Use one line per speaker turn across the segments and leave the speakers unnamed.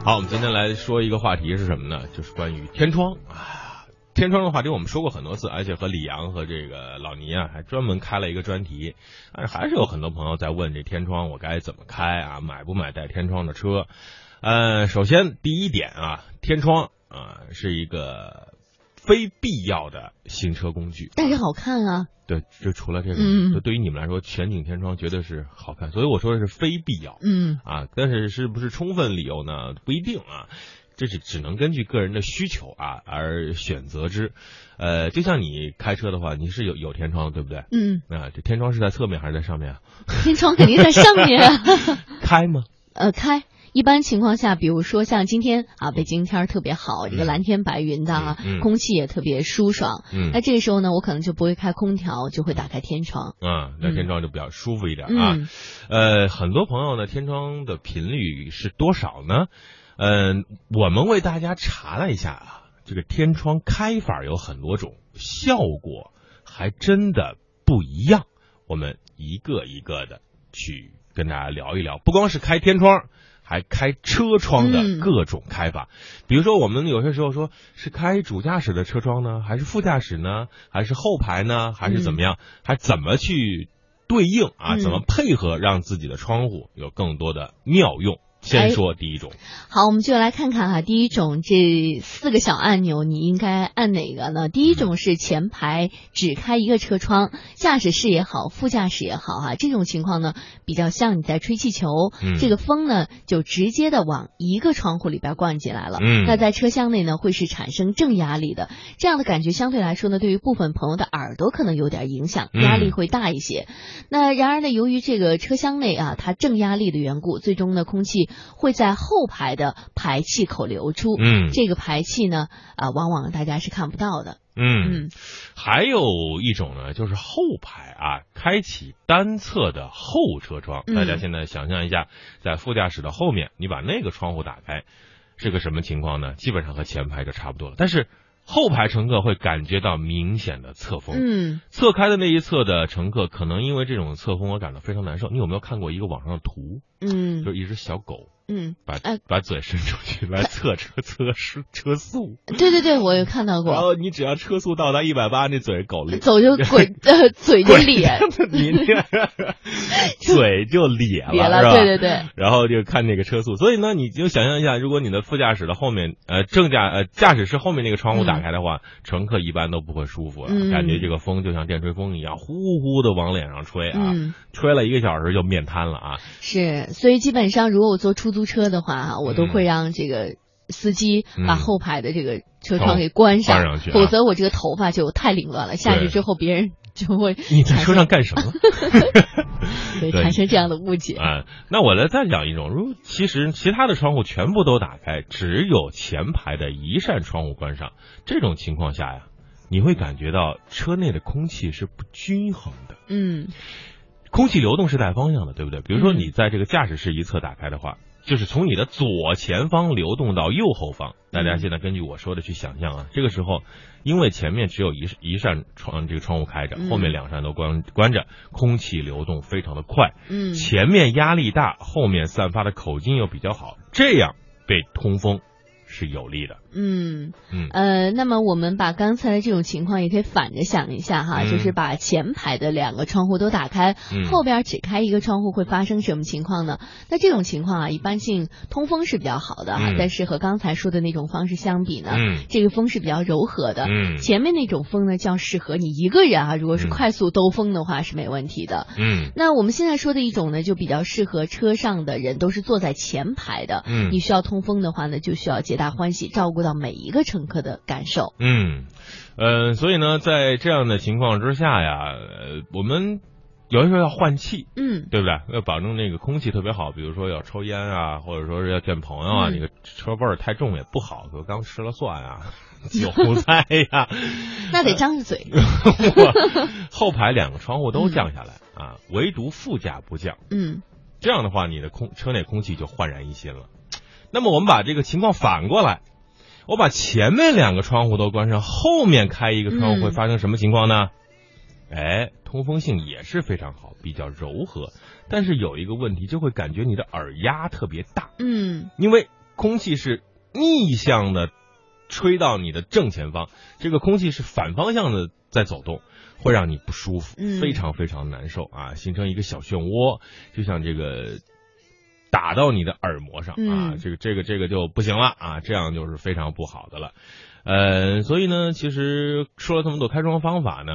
好，我们今天来说一个话题是什么呢？就是关于天窗啊。天窗的话题我们说过很多次，而且和李阳和这个老倪啊还专门开了一个专题，但是还是有很多朋友在问这天窗我该怎么开啊？买不买带天窗的车？呃，首先第一点啊，天窗啊、是一个非必要的行车工具，
但是好看啊，
对，就除了这个，
嗯
就对于你们来说，全景天窗绝对是好看，所以我说的是非必要。
嗯，
啊，但是是不是充分理由呢？不一定啊，这是只能根据个人的需求啊而选择之。呃，就像你开车的话，你是有有天窗的对不对？
嗯，
啊，这天窗是在侧面还是在上面啊？
天窗肯定在上面啊。
开吗？
呃，开。一般情况下，比如说像今天啊，北京天儿特别好，这个
嗯
蓝天白云的啊，
嗯嗯
空气也特别舒爽。
嗯
那这个时候呢，我可能就不会开空调，就会打开天窗。
啊，那天窗就比较舒服一点啊。
嗯
呃，很多朋友呢，天窗的频率是多少呢？嗯、我们为大家查了一下啊，这个天窗开法有很多种，效果还真的不一样。我们一个一个的去跟大家聊一聊，不光是开天窗。还开车窗的
嗯
各种开法，比如说我们有些时候说是开主驾驶的车窗呢，还是副驾驶呢，还是后排呢，还是怎么样，还怎么去对应啊，
嗯
怎么配合让自己的窗户有更多的妙用。
哎
先说第一种，
好，我们就来看看哈、第一种这四个小按钮，你应该按哪个呢？第一种是前排只开一个车窗，驾驶室也好，副驾驶也好哈、这种情况呢，比较像你在吹气球，
嗯
这个风呢就直接的往一个窗户里边灌进来了。
嗯
那在车厢内呢，会是产生正压力的，这样的感觉相对来说呢，对于部分朋友的耳朵可能有点影响，
嗯
压力会大一些。那然而呢，由于这个车厢内啊，它正压力的缘故，最终呢，空气会在后排的排气口流出。
嗯
这个排气呢，啊、往往大家是看不到的。
嗯，
嗯
还有一种呢，就是后排啊，开启单侧的后车窗。
嗯
大家现在想象一下，在副驾驶的后面，你把那个窗户打开，是个什么情况呢？基本上和前排就差不多了，但是后排乘客会感觉到明显的侧风。
嗯
侧开的那一侧的乘客可能因为这种侧风而感到非常难受。你有没有看过一个网上的图，
嗯
就是一只小狗
嗯，
把、
哎
把嘴伸出去来测车测车车速，
对对对，我有看
然
到过，
后你只要车速到达一百八，那嘴狗咧
走就滚，呃， 嘴就
滚
咧
你这 嘴就咧
咧
是吧？哎
了，对对对，
然后就看这个车速，所以呢，你就想象一下，如果你的副驾驶的后面，呃，正驾呃驾驶室后面那个窗户打开的话，乘客一般都不会舒服了，
嗯
感觉这个风就像电吹风一样，呼呼的往脸上吹啊，
嗯。
吹了一个小时就面瘫了啊。
是，所以基本上如果我坐出租车的话啊，我都会
嗯
让这个司机把
嗯
后排的这个车
窗
窗给关上，
关上去啊
否则我这个头发就太凌乱了，下去
对
之后 别人就会
你在车上干什么？
对
对
产生这样的误解。
啊、那我来再讲一种，如其实其他的窗户全部都打开，只有前排的一扇窗户关上，这种情况下呀，你会感觉到车内的空气是不均衡的。
嗯
空气流动是带方向的，对不对？比如说
嗯
你在这个驾驶室一侧打开的话，就是从你的左前方流动到右后方。大
嗯
家现在根据我说的去想象啊，这个时候，因为前面只有一一扇窗，这个窗户开着，
嗯
后面两扇都关关着，空气流动非常的快，
嗯
前面压力大，后面散发的口径又比较好，这样对通风是有利的。
嗯
嗯
呃，那么我们把刚才的这种情况也可以反着想一下哈，就
嗯
是把前排的两个窗户都打开，
嗯
后边只开一个窗户会发生什么情况呢？那这种情况啊，一般性通风是比较好的啊，
嗯
但是和刚才说的那种方式相比呢，
嗯
这个风是比较柔和的。
嗯
前面那种风呢，较适合你一个人啊。如果是
嗯
快速兜风的话，是没问题的。
嗯
那我们现在说的一种呢，就比较适合车上的人，都是坐在前排的。
嗯
你需要通风的话呢，就需要皆大欢喜，照顾到每一个乘客的感受。
嗯，呃，所以呢，在这样的情况之下呀，呃，我们有的时候要换气，
嗯
对不对？要保证那个空气特别好，比如说要抽烟啊，或者说是要见朋友啊，
嗯
那个车味儿太重也不好。我刚吃了蒜 啊，韭菜呀、嗯
那得张着嘴。
我后排两个窗户都降下来啊，唯独副驾不降。
嗯
这样的话，你的空车内空气就焕然一新了。那么我们把这个情况反过来，我把前面两个窗户都关上，后面开一个窗户会
嗯
发生什么情况呢？哎，通风性也是非常好，比较柔和。但是有一个问题，就会感觉你的耳压特别大，
嗯
因为空气是逆向的吹到你的正前方，这个空气是反方向的在走动，会让你不舒服，
嗯
非常非常难受啊，形成一个小漩涡，就像这个。打到你的耳膜上啊，
嗯
这个这个这个就不行了啊，这样就是非常不好的了。呃，所以呢，其实说了这么多开窗方法呢，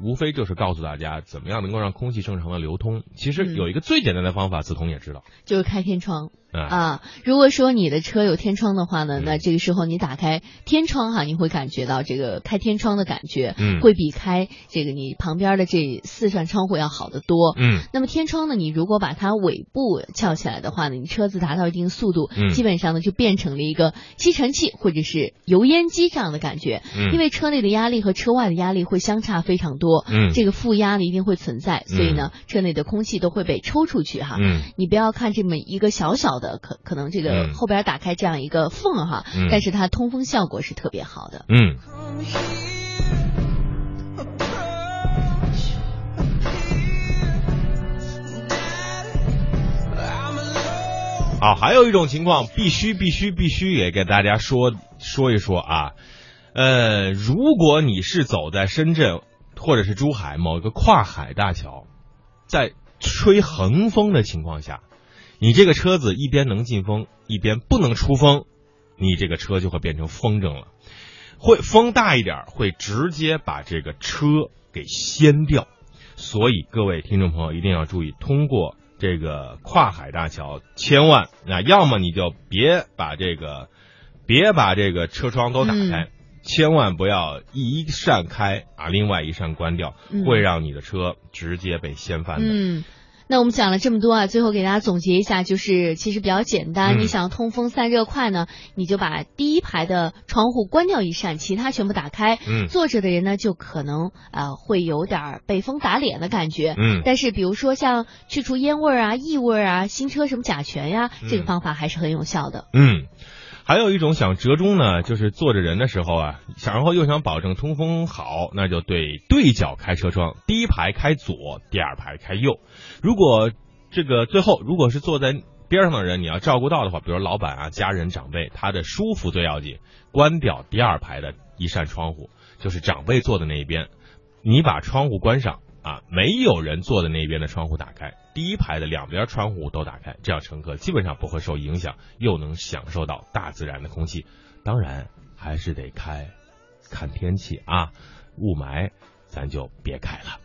无非就是告诉大家怎么样能够让空气正常的流通。其实
嗯
有一个最简单的方法，梓潼也知道
就是开天窗
啊。
啊。如果说你的车有天窗的话呢，
嗯
那这个时候你打开天窗哈、你会感觉到这个开天窗的感觉，
嗯
会比开这个你旁边的这四扇窗户要好得多。
嗯，
那么天窗呢，你如果把它尾部翘起来的话呢，你车子达到一定速度，
嗯
基本上呢就变成了一个吸尘器或者是油烟机这样的感觉，
嗯
因为车内的压力和车外的压力会相差非常多，
嗯
这个负压呢一定会存在，所以呢车内的空气都会被抽出去哈。
嗯
你不要看这么一个小小的，可可能这个
嗯
后边打开这样一个缝哈，
嗯
但是它通风效果是特别好的。
嗯，
Come here, approach, appear, daddy. I'm alone.
啊，还有一种情况，必须必须必须也给大家说说一说啊。呃，如果你是走在深圳或者是珠海某一个跨海大桥，在吹横风的情况下，你这个车子一边能进风，一边不能出风，你这个车就会变成风筝了。会风大一点儿，会直接把这个车给掀掉。所以各位听众朋友一定要注意，通过这个跨海大桥，千万啊，要么你就别把这个别把这个车窗都打开。千万不要一扇开啊，另外一扇关掉，
嗯
会让你的车直接被掀翻的。
嗯。那我们讲了这么多啊，最后给大家总结一下，就是其实比较简单。
嗯
你想要通风散热快呢，你就把第一排的窗户关掉一扇，其他全部打开。
嗯
坐着的人呢，就可能呃会有点儿被风打脸的感觉。
嗯
但是比如说像去除烟味儿啊、异味儿啊、新车什么甲醛呀、这个
嗯
方法还是很有效的。
嗯，还有一种想折中呢，就是坐着人的时候啊，想然后又想保证通风好，那就对对角开车窗，第一排开左，第二排开右。如果这个最后如果是坐在边上的人，你要照顾到的话，比如老板啊、家人、长辈，他的舒服最要紧，关掉第二排的一扇窗户，就是长辈坐的那一边，你把窗户关上。啊，没有人坐的那边的窗户打开，第一排的两边窗户都打开，这样乘客基本上不会受影响，又能享受到大自然的空气。当然，还是得开，看天气啊，雾霾咱就别开了。